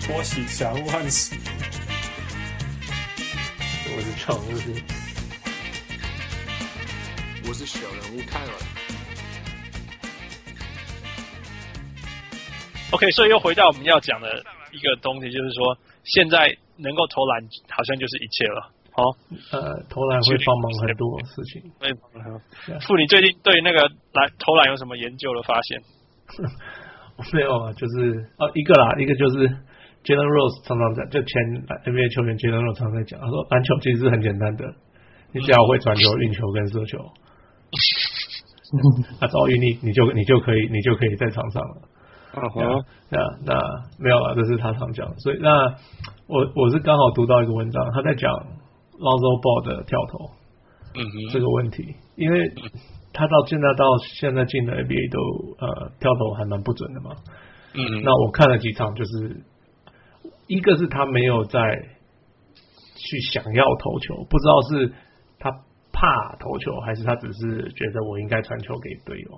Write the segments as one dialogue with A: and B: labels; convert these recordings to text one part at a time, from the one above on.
A: 搓洗小物和你洗
B: 我是宠物。
C: 我是小人物泰尔。
D: OK，所以又回到我们要讲的一个东西，就是说现在能够投篮，好像就是一切了。哦，
B: 呃，投篮会帮忙很多事情。
D: 所以傅，你最近对那个篮投篮有什么研究的发现？
B: 没有啊，就是哦，一个啦，一个就是 Jalen Rose 常常在，就前 NBA 球员 Jalen Rose 常常在讲，他说篮球其实是很简单的，你只要会传球、运球跟射球，他找运力，你就你就可以你就可以在场上了。
C: 啊
B: 那
D: 哦
B: 那那没有啊，这是他常讲，所以那我我是刚好读到一个文章，他在讲 l o n z o Ball 的跳投
D: 嗯哼
B: 这个问题，因为他到现在到现在进的 NBA 都呃跳投还蛮不准的嘛，
D: 嗯哼
B: 那我看了几场，就是一个是他没有在去想要投球，不知道是他怕投球，还是他只是觉得我应该传球给队友。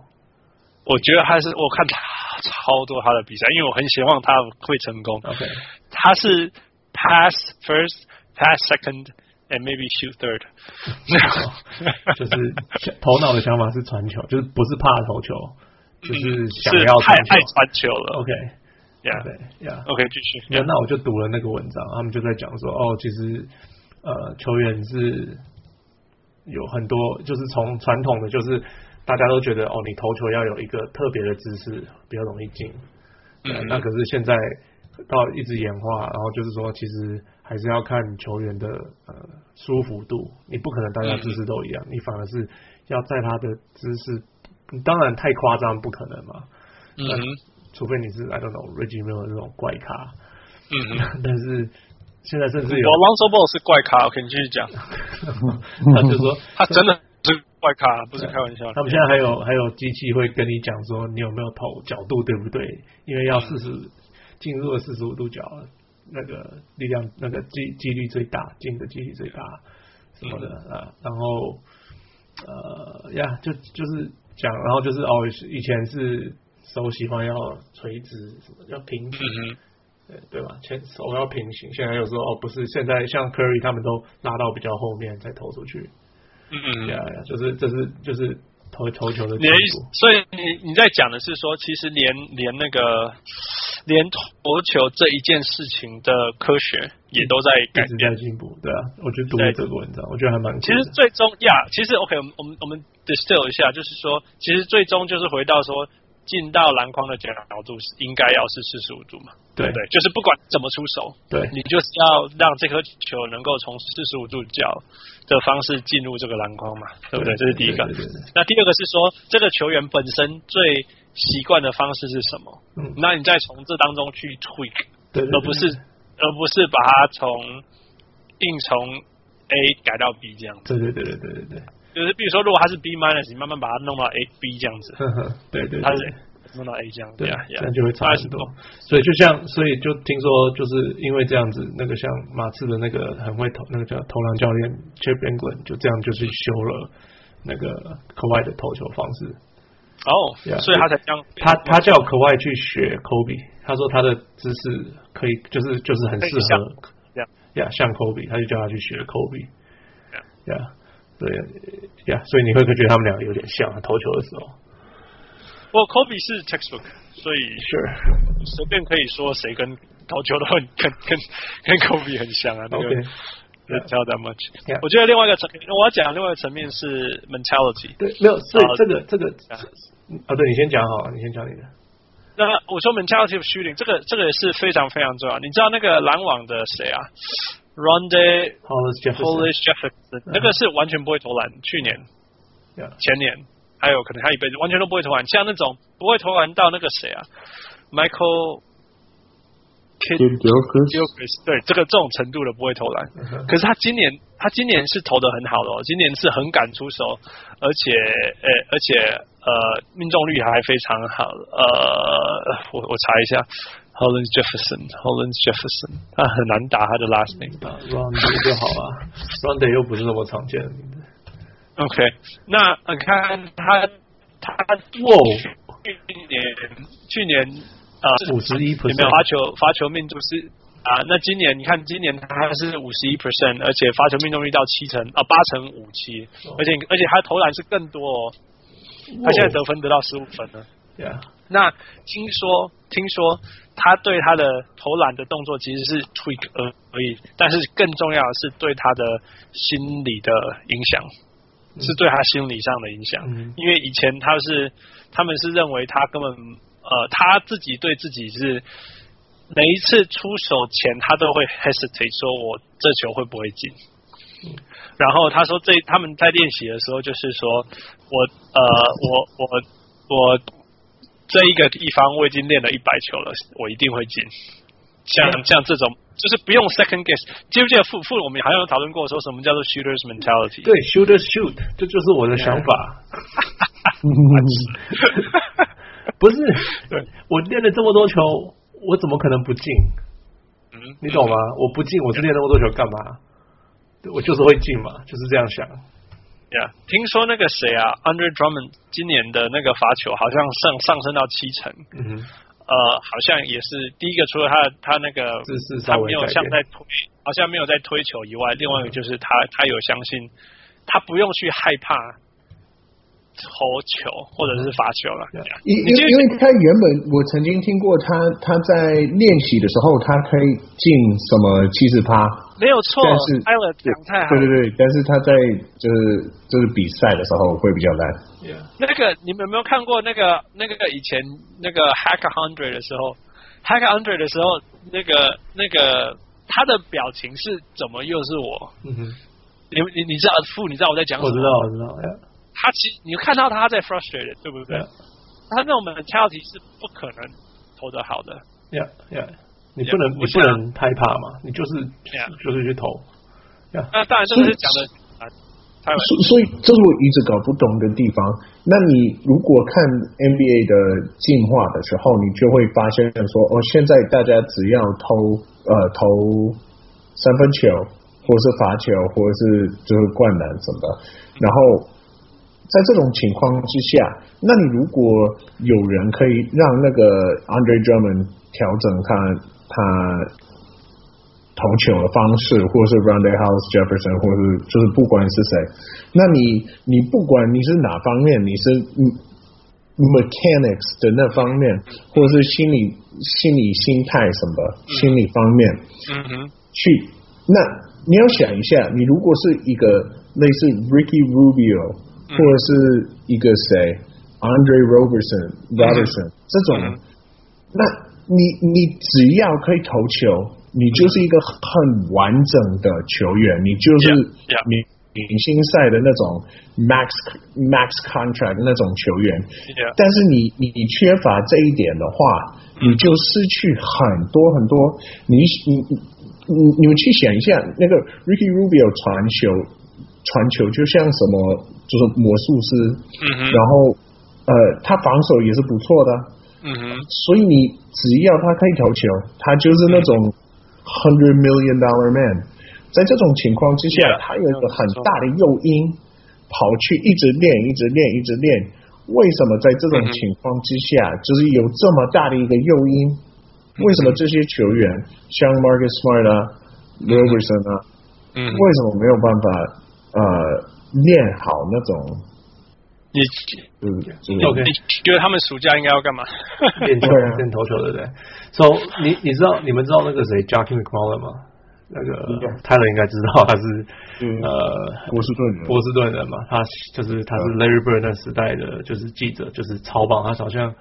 D: 我觉得他是我看他超多他的比赛，因为我很希望他会成功。
B: OK，。
D: 他是 pass first, pass second, and maybe shoot third
B: 就是想头脑的想法是传球，就是不是怕投球， 就是想要
D: 是太
B: 传
D: 爱。
B: 球
D: 传球了。
B: OK，
D: Yeah,
B: 对呀。
D: OK，继续。
B: 那那我就读了那个文章，他们就在讲说，哦，其实呃，球员是有很多，就是从传统的，就是大家都觉得哦，你投球要有一个特别的姿势，比较容易进。对
D: 嗯
B: 那可是现在到一直演化，然后就是说，其实还是要看球员的呃舒服度，你不可能大家
D: 嗯
B: 姿势都一样，你反而是要在他的姿势，当然太夸张不可能嘛，
D: 嗯哼，
B: 除非你是 I don't know Reggie Miller 这种怪咖。
D: 嗯哼。
B: 但是现在甚至有
D: 我 l o n z o Ball 是怪咖，OK，你继续讲。
B: 他就说，
D: 他真的是怪咖，不是开玩笑。
B: 他们现在还有还有机器会跟你讲说你有没有投角度对不对？因为要
D: 嗯
B: 四十进入了四十五度角，那个力量那个几几率最大，进的几率最大什么的
D: 嗯
B: 啊。然后呃呀，就就是讲，然后就是哦，以前是手喜欢要垂直，什么要平直
D: 嗯。哼，
B: 对对吧？前手要平行，现在又说哦，不是，现在像 Curry 他们都拉到比较后面再投出去，
D: 嗯哼。
B: 对啊，啊对啊就是这是就是投投球的
D: 你的意
B: 进
D: 思
B: 步，
D: 所以你你在讲的是说，其实连连那个连投球这一件事情的科学也都在改
B: 一直
D: 变
B: 在。进步，对啊，我就读了这个文章，我觉得还蛮酷
D: 其实
B: 的
D: 最终呀其实 OK，我们我们我们 distill 一下，就是说，其实最终就是回到说，进到篮筐的角度是应该要是四十五度嘛，对
B: 对
D: 不对？就是不管怎么出手，
B: 对
D: 你就是要让这颗球能够从四十五度角的方式进入这个篮筐嘛，对不对？这是第一个
B: 对。对对对
D: 那第二个是说，这个球员本身最习惯的方式是什么？
B: 嗯
D: 那你再从这当中去 tweak，
B: 对，对
D: 而不是而不是把它从硬从 A 改到 B 这样子。
B: 对对对对对对对，对
D: 就是比如说，如果它是 B minus，你慢慢把它弄到 A B 这样子，
B: 呵呵，对对
D: 它
B: 对
D: 是
B: 对。
D: 弄到 A 这样子，
B: 对啊，
D: 呀
B: 这样就会差很多。所以就像，所以就听说，就是因为这样子，那个像马刺的那个很会投，那个叫投篮教练 Chip England，就这样就去修了那个课外的投球方式。
D: 哦
B: Yeah，
D: 所以他才这样。
B: 他他叫可外去学 Kobe，他说他的姿势可以，就是就是很适合
D: 可以像
B: 呀像 Kobe，他就叫他去学 Kobe，
D: Yeah
B: 呀对呀，所以你会不会觉得他们两个有点像啊投球的时候
D: 我 Kobe 是 textbook，所以
B: ？Sure，OK，、
D: 随便可以说谁跟投球都很跟跟跟 Kobe 很像啊。那个
B: OK
D: Don't tell that much。
B: Yeah.
D: 我觉得另外一个层面，我要讲另外一个层面是 mentality。
B: 对，没有，所以
D: 好
B: 这个这个
D: 啊
B: 啊，对你先讲好了，你先讲你的，
D: 那我说 mentality of shooting，这个这个也是非常非常重要。你知道那个篮网的谁啊 r o n d e
B: 好了
D: Polish Jefferson，那
B: 嗯
D: 个是完全不会投篮，去年、
B: Jefferson，Yeah，
D: 前年还有可能他一辈子完全都不会投篮，像那种不会投篮到那个谁啊，Michael Kidd
C: Kid Gilchrist
D: Gilchrist，对，这个这种程度的不会投篮。可是他今年，他今年是投的很好的哦，今年是很敢出手，而且，呃，而且，呃，命中率还非常好。呃，我我查一下，Holland Jefferson，Holland Jefferson，他很难打他的 last name。
B: 啊 Round 就好啊，Round 又不是那么常见的名字，
D: OK，那你看他他
B: 哇
D: 去年去年呃
B: 五十一
D: 有没有
B: percent，
D: 发球发球命中是啊？那今年你看，今年他是五十一 percent，而且发球命中率到七成啊八成五七
B: 哦，
D: 而且而且他投篮是更多哦，他现在得分得到十五分了。
B: 对啊，
D: 那听说听说他对他的投篮的动作其实是 tweak 而而已，但是更重要的是对他的心理的影响，
B: 嗯
D: 是对他心理上的影响。
B: 嗯
D: 因为以前他是他们是认为他根本呃他自己对自己是每一次出手前他都会 hesitate 说我这球会不会进。然后他说这他们在练习的时候就是说我呃我我我这一个地方我已经练了一百球了，我一定会进。像像这种就是不用 second guess，记不记得傅傅我们好像有讨论过说什么叫做 shooters mentality？
B: 对，shooter shoot，这就是我的想 法。不是
D: 对，
B: 我练了这么多球，我怎么可能不进？
D: 嗯，
B: 你懂吗？我不进，我是练那么多球干嘛？对我就是会进嘛，就是这样想。
D: Yeah，听说那个谁啊，Andre Drummond 今年的那个罚球好像上上升到七成，
B: 嗯哼，
D: 呃，好像也是第一个，除了他的他那个
B: 姿势
D: 他
B: 稍
D: 没
B: 微
D: 有
B: 改
D: 像在
B: 变。
D: 推，好像没有在推球以外，另外一个就是他他有相信，他不用去害怕投球或者是罚球了。
B: 对
D: Yeah
A: 因
D: 你就
A: 因因为他原本我曾经听过他他在练习的时候，他可以进什么七十趴，
D: 没有错
A: 但是
D: ，Tyler
A: 对
D: 讲太好
A: 对
D: 了。
A: 对对，但是他在就是就是比赛的时候会比较烂。
B: Yeah
D: 那个你们有没有看过那个那个以前那个 Hack Hundred 的时候，Hack Hundred 的时候，那个那个他的表情是怎么又是我？
B: 嗯哼，
D: 你你你知道傅，你知道我在讲什
B: 我
D: 么？
B: 知道，我知道。Yeah
D: 他其实你看到他在 frustrated，对不对？啊
B: Yeah
D: 他那种 mentality 是不可能投得好的。
B: Yeah yeah，你
D: Yeah，
B: 不能
D: 我
B: 你不
D: 想
B: 能害怕嘛，你就是
D: Yeah
B: 就是去投。
D: 那当然这个是讲的啊，台湾
A: 所所以这是我一直搞不懂的地方。那你如果看 NBA 的进化的时候，你就会发现说，哦，现在大家只要投呃投三分球，或是罚球，或是就是灌篮什么的，然后。在这种情况之下，那你如果有人可以让那个 Andre Drummond 调整他他投球的方式，或是 Roundhouse Jefferson，或是就是不管是谁，那你你不管你是哪方面，你是嗯 mechanics 的那方面，或者是心理心理心态什么心理方面，
D: 嗯哼，
A: 去。那你要想一下，你如果是一个类似 Ricky Rubio 或者是一个谁 Andre Robertson Robertson、这种，
D: 嗯
A: 那你你只要可以投球，你就是一个很完整的球员，你就是
D: Yeah, yeah.
A: 明明星赛的那种 max max contract 那种球员。
D: Yeah
A: 但是你你你缺乏这一点的话，你就失去很多很多。你你你你你们去想一下，那个 Ricky Rubio 传球传球就像什么，就是魔术师，
D: 嗯哼
A: 然后呃，他防守也是不错的，啊
D: 嗯哼，
A: 所以你只要他可以投球，他就是那种 hundred million dollar man。在这种情况之下
D: Yeah，
A: 他有一个很大的诱因，跑去一直练，一直练，一直练。为什么在这
D: 嗯
A: 种
D: 哼
A: 情况之下，就是有这么大的一个诱因？为什么这些球员像 Marcus Smart 啊、Robertson 啊，
D: 嗯哼
A: 为什么没有办法呃练好那种？
D: 你
A: 就是就是
B: OK
D: 你觉得他们暑假应该要干嘛？
B: 练球
A: 对啊
B: 练投球对不对？So 你你知道你们知道那个谁 Jackie McMullen 吗？那个
A: 应该
B: 泰勒应该知道他是
A: 嗯
B: 呃
A: 波士顿人，
B: 波士顿人嘛，他就是他是 Larry Bird 那时代的就是记者，就是超棒，他好像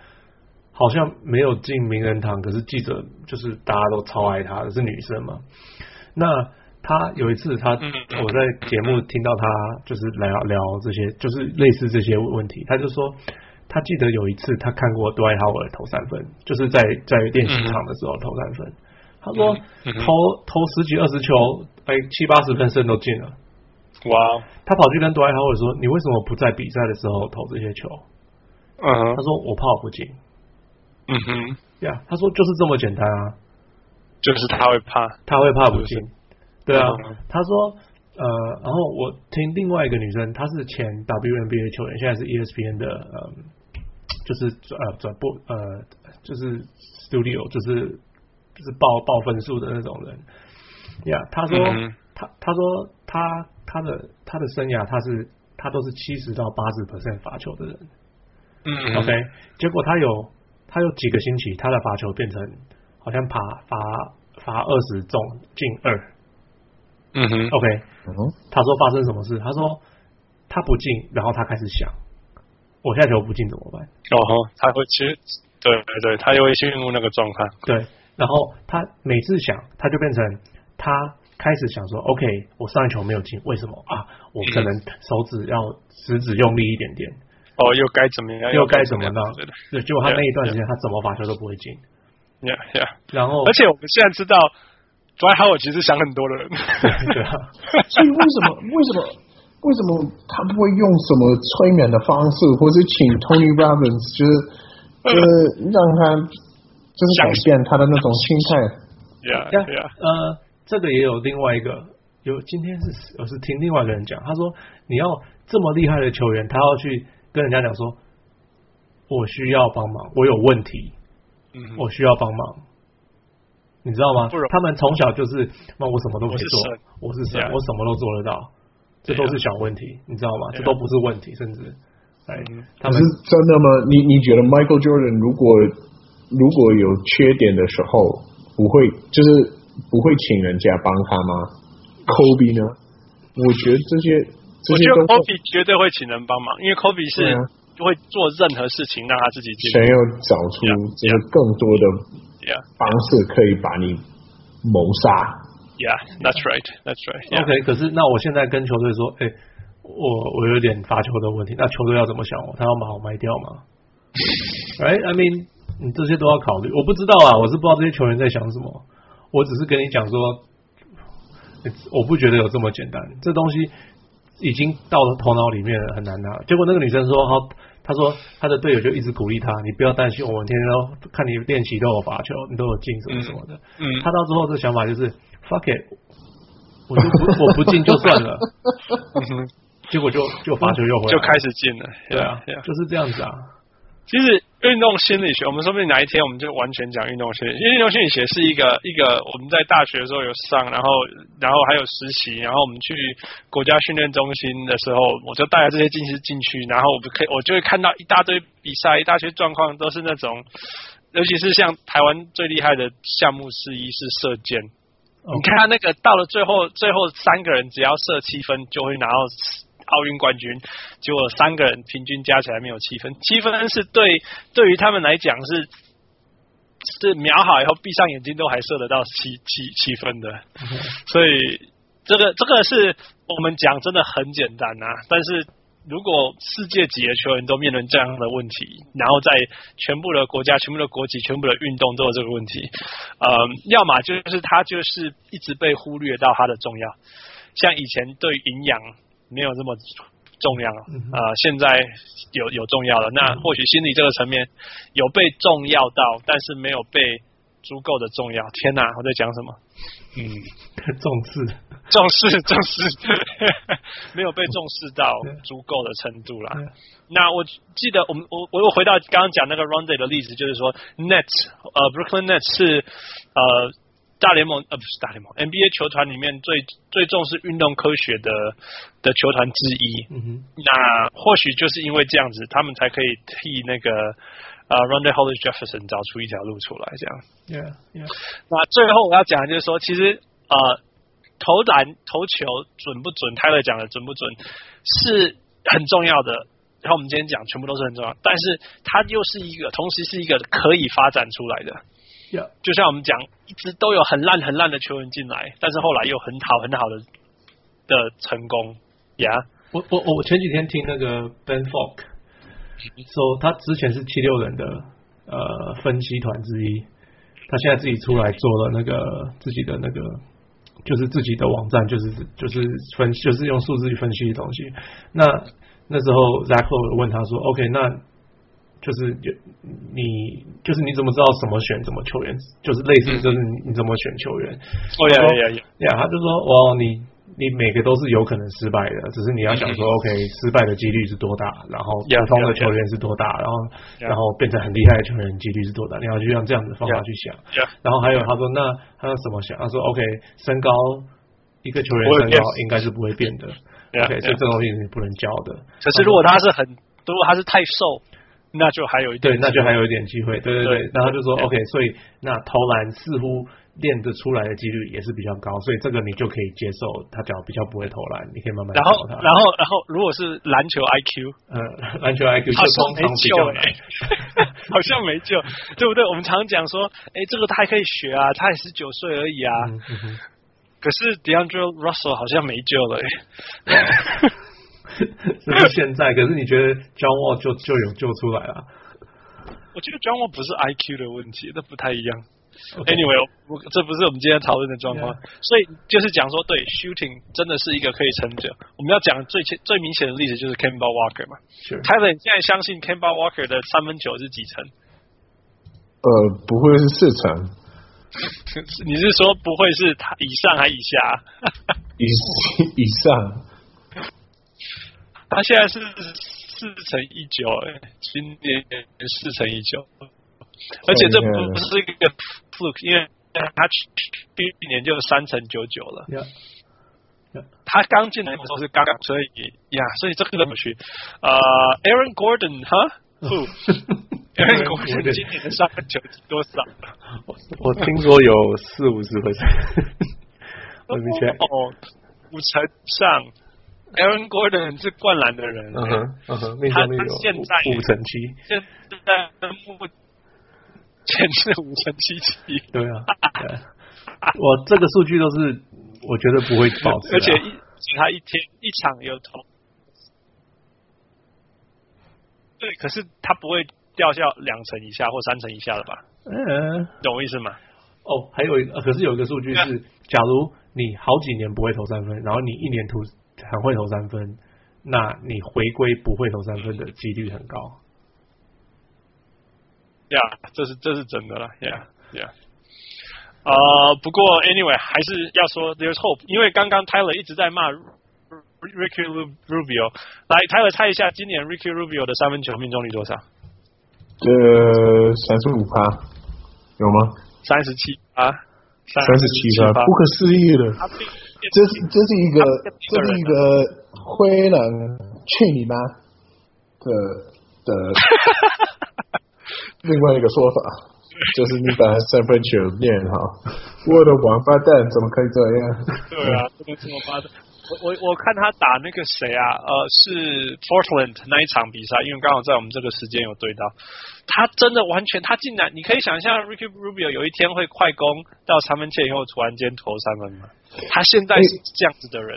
B: 好像没有进名人堂，可是记者就是大家都超爱他的，是女生嘛。那他有一次他，
D: 嗯
B: 我在节目听到他就是聊聊这些，就是类似这些问题，他就说。他记得有一次，他看过 Dwight Howard 投三分，就是在在练习场的时候投三分。他说
D: 嗯哼
B: 投投十几二十球，哎七八十 percent 都进了。
D: 哇，哦
B: 他跑去跟杜兰特或者说：“你为什么不在比赛的时候投这些球
D: 嗯？”哼
B: 他说：“我怕我不进。
D: 嗯哼，”
B: 呀，他说就是这么简单啊，
D: 就是他会怕，
B: 他会怕不进。对啊
D: 嗯，
B: 他说呃，然后我 E 听另外一个女生，她是前 WNBA 球员，现在是 ESPN 的嗯，就是呃转播呃就是 studio 就是就是报报分数的那种人。呀、他说、
D: 嗯哼
B: 他他说他他的他的生涯他是他都是七十到八十 percent 罚球的人。
D: 嗯
B: OK，结果他有他有几个星期，他的罚球变成好像罚罚罚二十中进二。
D: 嗯哼，
B: OK，
A: 嗯
B: 他说发生什么事？他说他不进，然后他开始想，我下球不进怎么办？
D: 哦吼，他会其实对对对，他也会进入那个状态。
B: 对，然后他每次想，他就变成他开始想说，OK，我上一球没有进，为什么啊？我可能手指要食指用力一点点，
D: 哦，又该怎么样？
B: 又该怎么
D: 样
B: 弄
D: 对对？
B: 对，结果他
D: 对
B: 那一段
D: 对
B: 时间他怎么罚球都不会进，
D: Yeah, yeah.
B: 然后
D: 而且我们现在知道 d r y Howard 其实想很多的人。
B: 对啊，
A: 所以为 什么为什么为什么他不会用什么催眠的方式，或是请 Tony Robbins 就是
D: 嗯
A: 就是让他就是改变他的那种心态？
D: Yeah,
B: 对
D: yeah.
B: 呃，这个也有另外一个，有今天是我是听另外一个人讲，他说你要这么厉害的球员，他要去跟人家讲说，我需要帮忙，我有问题，
D: 嗯哼，
B: 我需要帮忙。你知道吗
D: 不容易？
B: 他们从小就是，妈，我什么都没
D: 我是
B: 做
D: 神，
B: 我是神，
D: Yeah
B: 我什么都做得到，这
D: 对
B: 都
D: 啊
B: 是小问题，你知道吗？
D: 对啊
B: 这都不是问题，甚至，哎
D: 嗯，
B: 他们
A: 可是真的吗？你你觉得 Michael Jordan 如果如果有缺点的时候，不会就是不会请人家帮他吗？Kobe 呢？我觉得这些
D: 我
A: 这些
D: 觉得
A: 都
D: Kobe 绝对会请人帮忙，因为 Kobe 是
A: 对啊
D: 会做任何事情让他自己进
A: 想要找出这个更多的
D: Yeah,
A: 方式可以把你谋杀。
D: yeah, that's right, that's right. Yeah.
B: OK，可是那我现在跟球队说，哎、我我有点罚球的问题，那球队要怎么想我？他要把我卖掉吗 ？Right，I mean，你这些都要考虑。我不知道啊，我是不知道这些球员在想什么。我只是跟你讲说，我不觉得有这么简单，这东西已经到了头脑里面了，很难拿。结果那个女生说，好，她说她的队友就一直鼓励她，你不要担心，我们天天都看你练习都有罚球，你都有进什么什么的。
D: 嗯，
B: 他到最后这想法就是 fuck it，我就不我不进就算了，结果就嗯就罚球又回来，
D: 就开始进了。
B: 对啊
D: yeah, yeah.，
B: 就是这样子啊，
D: 其实运动心理学，我们说不定哪一天我们就完全讲运动心理学。因为运动心理学是一个一个我们在大学的时候有上，然后然后还有实习，然后我们去国家训练中心的时候，我就带着这些进去进去，然后我们可以我就会看到一大堆比赛，一大堆状况都是那种，尤其是像台湾最厉害的项目之一是射箭。你看他那个到了最后，最后三个人只要射七分就会拿到奥运冠军，结果三个人平均加起来没有七分，七分是对对于他们来讲是是瞄好以后闭上眼睛都还射得到七七七分的，所以这个这个是我们讲真的很简单啊，但是。如果世界级的球员都面临这样的问题，然后在全部的国家、全部的国籍、全部的运动都有这个问题，呃，要么就是他就是一直被忽略到它的重要，像以前对营养没有这么重要
B: 嗯哼嗯
D: 啊、呃现在有有重要了。那或许心理这个层面有被重要到，但是没有被足够的重要。天哪，我在讲什么？
B: 嗯重视，
D: 重视 重视，没有被重视到
B: 对
D: 足够的程度啦
B: 对。
D: 那我记得我们我我又回到刚刚讲那个 Ronde 的例子，就是说 Nets 呃 Brooklyn Nets 是呃大联盟呃不是大联盟 NBA 球团里面最最重视运动科学的的球团之一。
B: 嗯哼，
D: 那或许就是因为这样子，他们才可以替那个呃 Ronde Hollis Jefferson 找出一条路出来，这样。
B: yeah yeah，
D: 那最后我要讲的就是说，其实呃，投篮、投球准不准，泰勒讲的准不准是很重要的。然后我们今天讲全部都是很重要，但是它又是一个，同时是一个可以发展出来的。
B: Yeah
D: 就像我们讲，一直都有很烂很烂的球员进来，但是后来又很好很好的的成功呀。
B: 我我我前几天听那个 Ben Falk 说，他之前是七六人的呃分析团之一，他现在自己出来做了那个自己的那个，就是自己的网站，就是就是分就是用数字去分析的东西。那那时候 z a c o 问他说：“OK，那就是有你就是你怎么知道怎么选怎么球员？就是类似就是你你怎么选球员？”
D: 哦呀呀呀！
B: 呀，他就说，哇，你你每个都是有可能失败的，只是你要想说
D: 嗯
B: ，OK，失败的几率是多大，然后
D: Yeah,
B: 普通的
D: yeah,
B: 球员是多大，然后
D: Yeah.
B: 然后变成很厉害的球员几率是多大，你要去用这样的方法
D: Yeah.
B: 去想。
D: Yeah.
B: 然后还有他说，那他要怎么想？他说，OK，身高一个球员
D: 不会
B: 身
D: 变
B: 高应该是不会变的
D: Yeah, yeah.
B: OK，所以这东西是你不能教的。
D: 可是如果他是很，如果他是太瘦，那就还有一点
B: 对，那就还
D: 有
B: 有一点机会。对对
D: 对
B: 对，然后就说
D: 对
B: OK，所以那投篮似乎练得出来的几率也是比较高，所以这个你就可以接受，他脚比较不会投篮，你可以慢慢
D: 然后
B: 教他。
D: 然后然后如果是篮球 IQ，
B: 呃，篮球 IQ
D: 好
B: 就
D: 像
B: 通
D: 没
B: 常比
D: 救
B: 较
D: 了欸
B: 难。
D: 好像没救，对不对？我们常讲说，哎，这个他还可以学啊，他也十九岁而已啊。
B: 嗯嗯哼
D: 可是 DeAndre Russell 好像没救了、欸诶
B: 这是现在，可是你觉得 John Wall 就就有救出来了
D: 我觉得 John Wall 不是 IQ 的问题，那不太一样。
B: ？OK
D: Anyway，我这不是我们今天讨论的状况
B: Yeah.
D: 所以就是讲说，对 shooting 真的是一个可以成就。我们要讲最切最明显的例子就是 Kemba Walker 嘛。
B: sure，
D: 凯文，你现在相信 Kemba Walker 的三分球是几成？
A: 呃，不会是四成
D: 你是说不会是他以上还以下啊？
A: 以以上，
D: 他现在是四乘一九，哎今年四乘一九，而且
B: 哦
D: 这不是一个 fluke，因为他去去年就三乘九九了。
B: Yeah.
D: 他刚进来的时候是刚，所以呀，所以这个很有趣。呃，Aaron Gordon 哈 ，Who？Aaron Gordon 哎今年的三分球是多少？
B: 我听说有四五十 percent，我明确。
D: 哦，五成上。Aaron Gordon 是灌篮的人，
B: 嗯哼，嗯哼，命
D: 他
B: 中率有
D: 现在
B: 五五成七，
D: 现在目前是五成七七。
B: 对 啊，对啊我这个数据都是我觉得不会保持啊，
D: 而且一他一天一场有投，对，可是他不会掉下两成以下或三成以下的吧？
B: 嗯。
D: 懂我意思吗？
B: 哦，还有一个，呃可是有一个数据是，
D: 啊
B: 假如你好几年不会投三分，然后你一年投很会投三分，那你回归不会投三分的几率很高。
D: 呀、这是这是真的了，呀呀。呃，不过 anyway 还是要说 there's hope，因为刚刚 Tyler 一直在骂 Ricky Ru- Rubio，来 Tyler 猜一下今年 Ricky Rubio 的三分球命中率多少？
A: 呃，三十五趴，有吗？
D: 三十七啊，
A: 三十七趴，不可思议的。
D: 他并
A: 这是这是一个
D: 他是个人啊
A: 这是一个灰狼去你妈的的 另外一个说法，就是你把三分球练好。我的王八蛋怎么可以这样？
D: 对啊，不能这么巴的。我我我看他打那个谁啊，呃，是 Portland 那一场比赛，因为刚好在我们这个时间有对到，他真的完全，他竟然，你可以想象 Ricky Rubio 有一天会快攻到三分线以后，突然间投三分吗？他现在是这样子的人，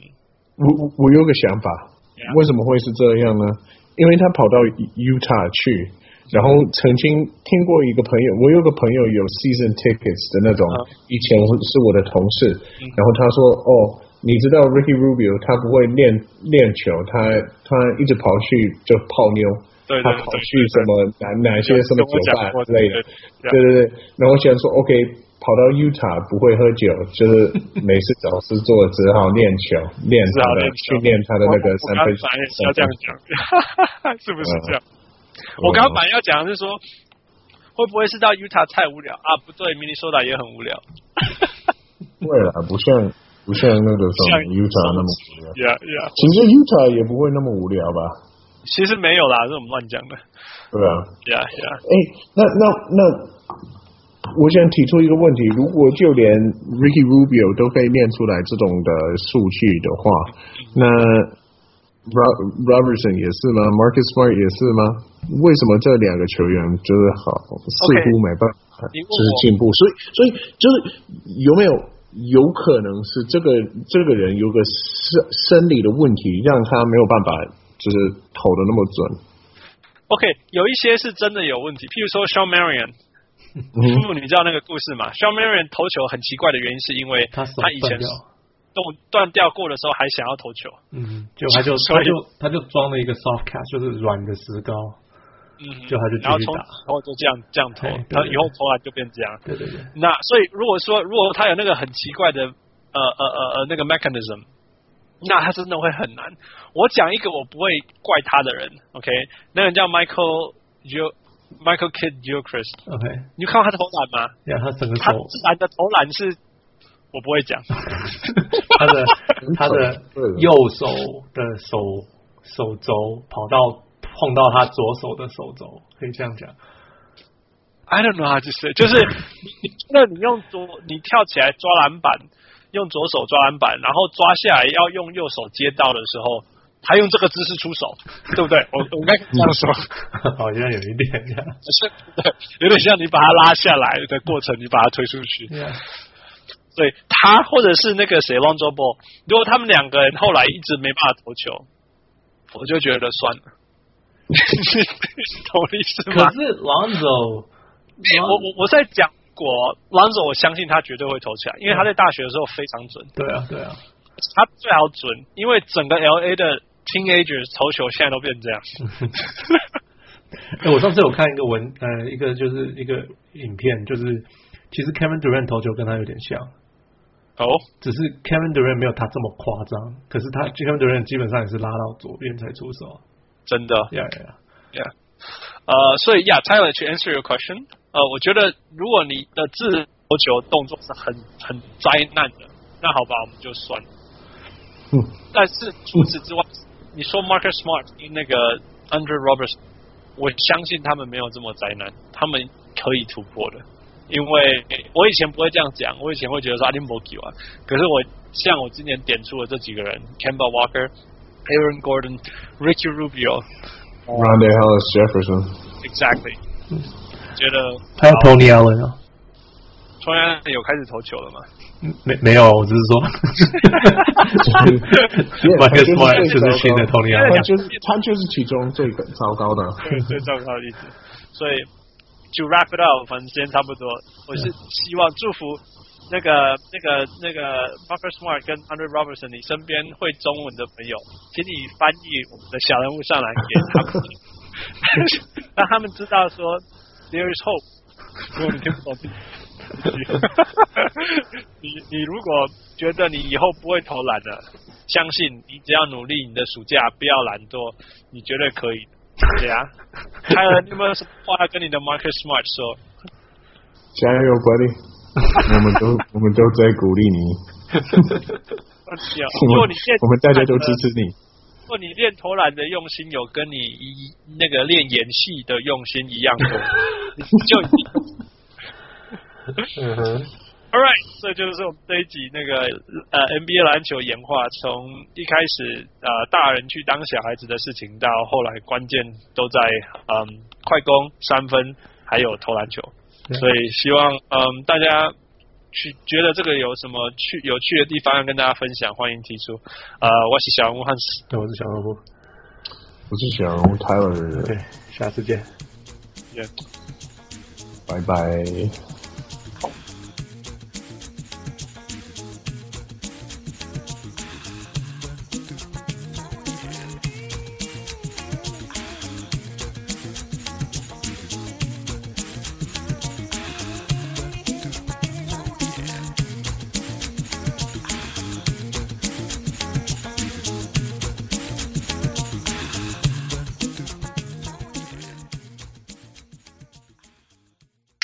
A: 我我我有个想法
D: Yeah，
A: 为什么会是这样呢？因为他跑到 Utah 去，然后曾经听过一个朋友，我有个朋友有 season tickets 的那种
D: 嗯，
A: 以前是我的同事，然后他说哦。你知道 Ricky Rubio 他不会练练球，他他一直跑去就泡妞，
D: 对对
A: 他
D: 对
A: 跑去什么哪哪些什么
D: 跟我
A: 酒
D: 讲
A: 吧
D: 过
A: 之类的，
D: 对
A: 对对对，然后我想说，OK，跑到 Utah 不会喝酒，就是没事找事做，只好练球，练
D: 至
A: 他
D: 少
A: 的
D: 练
A: 训练他的那个三分嗯
D: 我刚才也是
A: 三
D: 要这
A: 分
D: 样讲， 是不是这样？我刚
A: 嗯
D: 刚本来要讲的是说，会不会是到 Utah 太无聊啊？不对，Minnesota 也很无聊。
A: 不会了，不像不像那个什么
D: 像
A: Utah 那么无聊。
D: Yeah, yeah.
A: 其实 Utah 也不会那么无聊吧？
D: 其实没有啦，这我们乱讲的。
A: 对吧、
D: Yeah, yeah.
A: 哎，那那那，我想提出一个问题：如果就连 Ricky Rubio 都可以练出来这种的数据的话，那 Rob Robertson 也是吗？Marcus Smart 也是吗？为什么这两个球员就是好似乎没办法
D: 你问
A: 就是
D: 我
A: 进步？所以所以就是有没有？有可能是这个这个人有个生生理的问题，让他没有办法就是投的那么准。
D: OK，有一些是真的有问题，譬如说 Sean Marion，
A: 嗯哼
D: 父母你知道那个故事嘛？Sean Marion 投球很奇怪的原因是因 为
B: 他手
D: 以
B: 断
D: 前
B: 掉，
D: 动断掉过的时候还想要投球，
B: 嗯，就他 就他就他就装了一个 soft cast，就是软的石膏。
D: 嗯，
B: 就他就继续打
D: 然后从然后就这样这样投
B: 对对，
D: 他
B: 对
D: 以后投篮就变这样。
B: 对对对，
D: 那所以如果说如果他有那个很奇怪的呃呃呃呃那个呃 mechanism，那他真的会很难。我讲一个我不会怪他的人，OK，那个人叫 Michael Jo Michael Kidd Gilchrist，
B: OK，
D: 你有看过他的投篮吗？
B: 然后他整个
D: 他
B: 手，
D: 自然的投篮是，我不会讲，
B: 他的他的右手的手手肘跑到碰到他左手的手肘，可以这样 讲。
D: I don't know how to say，就是你那你用左你跳起来抓篮板，用左手抓篮板，然后抓下来要用右手接到的时候，他用这个姿势出手，对不对？我我应该这样说，
B: 好像有一点这样。
D: 是对，有点像你把他拉下来的过程，你把他推出去。
B: Yeah.
D: 对他或者是那个谁 Lonzo Ball，如果他们两个人后来一直没办法投球，我就觉得算 了。同意是吗
B: 可？是 Lonzo，
D: 我我我在讲过 Lonzo，我相信他绝对会投起来，因为他在大学的时候非常准，
B: 对啊对啊，
D: 他最好准，因为整个 LA 的 teenagers 投球现在都变这样。
B: 哎、我上次有看一个文，呃，一个就是一个影片，就是其实 Kevin Durant 投球跟他有点像，
D: 哦，
B: 只是 Kevin Durant 没有他这么夸张，可是他 Kevin Durant 基本上也是拉到左边才出手。
D: 真的，
B: 呀呀，
D: 呃，所以呀、yeah, Tyler to answer your question，呃，我觉得如果你的自投球动作是很很灾难的，那好吧，我们就算了。
A: 嗯
D: 但是除此之外，你说 Marcus Smart 跟那个 Under Roberts，我相信他们没有这么灾难，他们可以突破的。因为我以前不会这样讲，我以前会觉得说阿丁伯吉啊，可是我像我今年点出的这几个人，Kemba Walker、Aaron Gordon、Ricky Rubio、
A: r o n d e Hollis Jefferson，
D: Exactly，觉得
B: 他要 Tony Allen 啊？
D: 突然有开始投球了嘛？
B: 嗯没没有，我只是 说，Marcus Smart 就是新的 Tony
A: 他
B: Allen。
A: 就是他就是其中最糟糕的。
D: 最糟糕的例子，所以就 wrap it up，反正时间差不多。我是希望祝福那个那个那个 Marcus Smart 跟 Andre Robertson，你身边会中文的朋友，请你翻译我们的小人物上来给他们听，让他们知道说 there is hope。如果你听不懂， 你你你如果觉得你以后不会投篮了，相信你只要努力，你的暑假不要懒惰，你绝对可以的。对 啊，还有你有没有什么话要跟你的 Marcus Smart 说？
A: 加油，buddy！我 们都我们都在鼓励你，
D: 呃如果你练，
A: 我们大家都支持你。
D: 如哦果你练投篮的用心有跟你一那个练演戏的用心一样多，你就已经
B: 嗯哼，
D: All right，这就是我们这一集那个呃 NBA 篮球演化，从一开始呃大人去当小孩子的事情，到后来关键都在嗯快攻、三分还有投篮球，
B: 对
D: 所以希望嗯大家去觉得这个有什么趣有趣的地方要跟大家分享，欢迎提出。呃，我是小人物汉斯，
B: 对，我是小萝卜。
A: 我是小人物 Tyler，
B: OK，下次见。
A: 拜拜。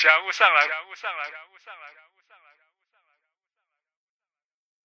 D: 小人物上来。